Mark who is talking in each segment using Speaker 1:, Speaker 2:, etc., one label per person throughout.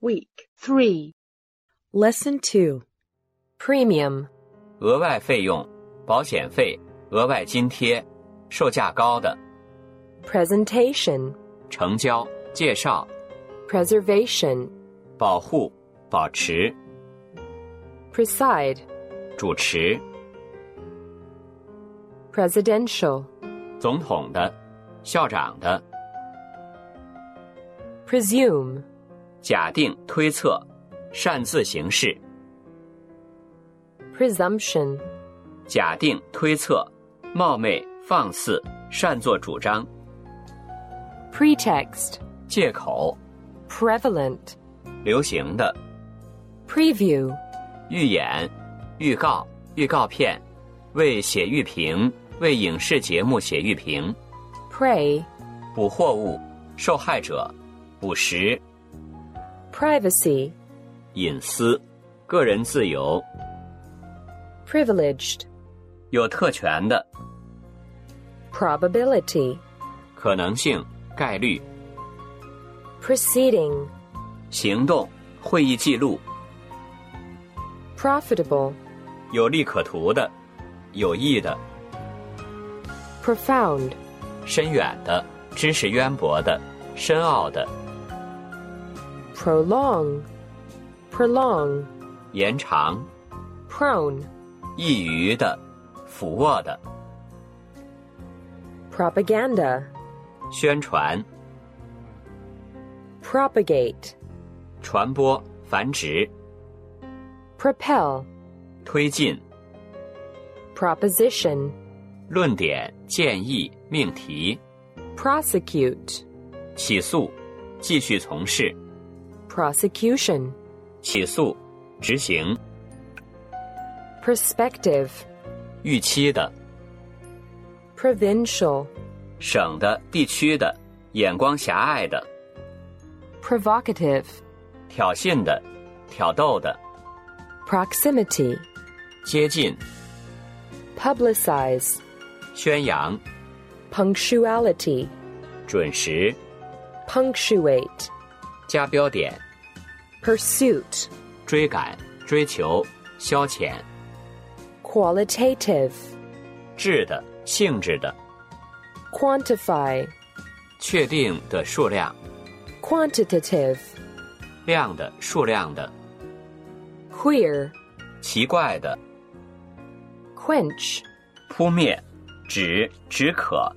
Speaker 1: Week 3.
Speaker 2: Lesson 2 Premium
Speaker 3: 额外费用、保险费、额外津贴、售价高的、
Speaker 2: Presentation
Speaker 3: 成交、介绍、
Speaker 2: Preservation
Speaker 3: 保护、保持、
Speaker 2: Preside
Speaker 3: 主持、
Speaker 2: Presidential
Speaker 3: 总统的、校长的、
Speaker 2: Presume
Speaker 3: 假定、推测、擅自行事、
Speaker 2: Presumption
Speaker 3: 假定、推测、冒昧、放肆、擅作主张、
Speaker 2: Pretext
Speaker 3: 借口、
Speaker 2: Prevalent
Speaker 3: 流行的、
Speaker 2: Preview
Speaker 3: 预演、预告、预告片，为写预评，为影视节目写预评，
Speaker 2: Prey
Speaker 3: 捕获物、受害者、捕食、
Speaker 2: Privacy
Speaker 3: 隐私、个人自由、
Speaker 2: Privileged
Speaker 3: 有特权的
Speaker 2: Probability
Speaker 3: 可能性、概率、
Speaker 2: Proceeding
Speaker 3: 行动、会议记录、
Speaker 2: Profitable
Speaker 3: 有利可图的、有益的、
Speaker 2: Profound
Speaker 3: 深远的、知识渊博的、深奥的、
Speaker 2: Prolong Prolong
Speaker 3: 延长、
Speaker 2: Prone
Speaker 3: 易于的、俯卧的、
Speaker 2: Propaganda
Speaker 3: 宣传、
Speaker 2: Propagate
Speaker 3: 传播、繁殖、
Speaker 2: Propel
Speaker 3: 推进、
Speaker 2: Proposition
Speaker 3: 论点、建议、命题、
Speaker 2: prosecute,
Speaker 3: 起诉、继续从事、
Speaker 2: prosecution,
Speaker 3: 起诉、执行、
Speaker 2: perspective,
Speaker 3: 预期的、
Speaker 2: provincial,
Speaker 3: 省的、地区的、眼光狭隘的、
Speaker 2: provocative,
Speaker 3: 挑衅的、挑逗的、
Speaker 2: proximity,
Speaker 3: 接近、
Speaker 2: publicize,
Speaker 3: 宣扬、
Speaker 2: punctuality,
Speaker 3: 准时、
Speaker 2: punctuate,
Speaker 3: 加标点、
Speaker 2: pursuit,
Speaker 3: 追赶、追求、消遣、
Speaker 2: qualitative,
Speaker 3: 质的、性质的、
Speaker 2: quantify,
Speaker 3: 确定的数量、
Speaker 2: quantitative,
Speaker 3: 量的数量的、
Speaker 2: queer,
Speaker 3: 奇怪的、
Speaker 2: quench,
Speaker 3: 扑灭、止、止渴、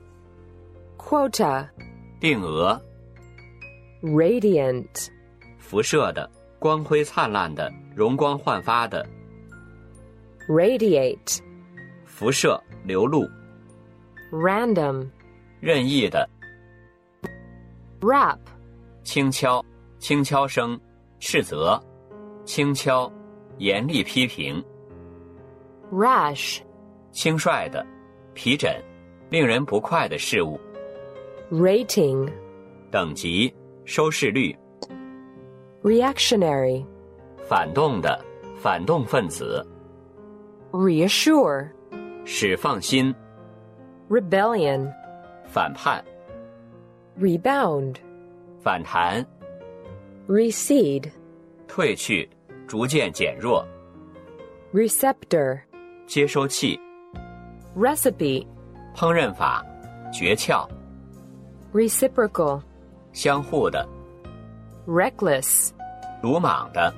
Speaker 2: quota,
Speaker 3: 定额、
Speaker 2: radiant,
Speaker 3: 辐射的、光辉灿烂的、容光焕发的、
Speaker 2: radiate,
Speaker 3: 辐射、流露、
Speaker 2: random,
Speaker 3: 任意的、
Speaker 2: rap,
Speaker 3: 轻敲、轻敲声、斥责、轻敲、严厉批评、
Speaker 2: rash,
Speaker 3: 轻率的、皮疹、令人不快的事物、
Speaker 2: rating,
Speaker 3: 等级、收视率、
Speaker 2: reactionary.
Speaker 3: 反动的、反动分子、
Speaker 2: reassure,
Speaker 3: 使放心、
Speaker 2: rebellion,
Speaker 3: 反叛、
Speaker 2: rebound,
Speaker 3: 反弹、
Speaker 2: recede,
Speaker 3: 退去、逐渐减弱、
Speaker 2: receptor,
Speaker 3: 接收器、
Speaker 2: recipe,
Speaker 3: 烹饪法、诀窍、
Speaker 2: reciprocal,
Speaker 3: 相互的、
Speaker 2: reckless,
Speaker 3: 鲁莽的、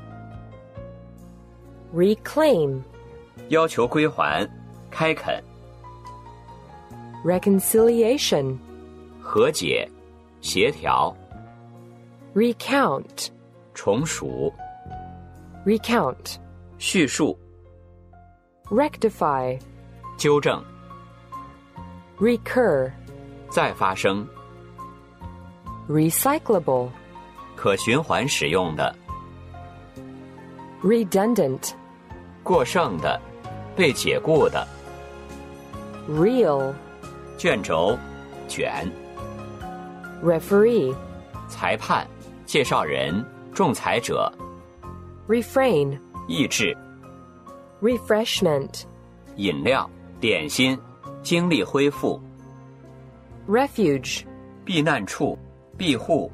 Speaker 2: reclaim,
Speaker 3: 要求归还、开垦、
Speaker 2: reconciliation,
Speaker 3: 和解、协调、
Speaker 2: recount,
Speaker 3: 重数、
Speaker 2: recount,
Speaker 3: 叙述、
Speaker 2: rectify,
Speaker 3: 纠正、
Speaker 2: recur,
Speaker 3: 再发生、
Speaker 2: recyclable,
Speaker 3: 可循环使用的、
Speaker 2: redundant,
Speaker 3: 过剩的、被解雇的、
Speaker 2: real,
Speaker 3: 卷轴、卷、
Speaker 2: referee,
Speaker 3: 裁判、介绍人、仲裁者、
Speaker 2: refrain,
Speaker 3: 意志、
Speaker 2: refreshment,
Speaker 3: 饮料、点心、精力恢复、
Speaker 2: refuge,
Speaker 3: 避难处、庇护、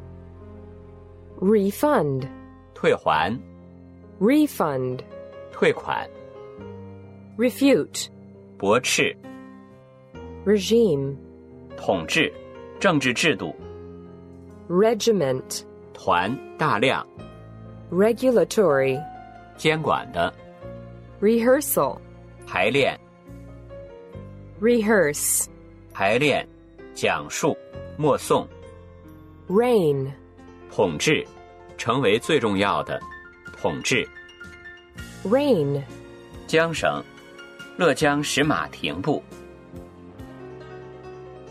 Speaker 2: refund,
Speaker 3: 退退还、
Speaker 2: refund,
Speaker 3: 退款、
Speaker 2: refute,
Speaker 3: 驳斥、
Speaker 2: regime,
Speaker 3: 统治、政治制度、
Speaker 2: regiment,
Speaker 3: 团、大量、
Speaker 2: regulatory,
Speaker 3: 监管的、
Speaker 2: rehearsal,
Speaker 3: 排练、
Speaker 2: rehearse,
Speaker 3: 排练、讲述、默诵、
Speaker 2: reign,
Speaker 3: 统治，成为最重要的统治。
Speaker 2: rain,
Speaker 3: 江省，乐江石马亭部，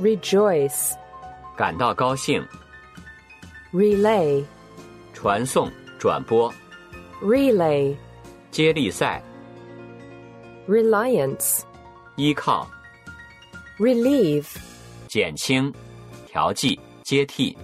Speaker 2: rejoice,
Speaker 3: 感到高兴，
Speaker 2: relay,
Speaker 3: 传送、转播、
Speaker 2: relay,
Speaker 3: 接力赛、
Speaker 2: reliance,
Speaker 3: 依靠、
Speaker 2: relieve,
Speaker 3: 减轻、调剂、接替、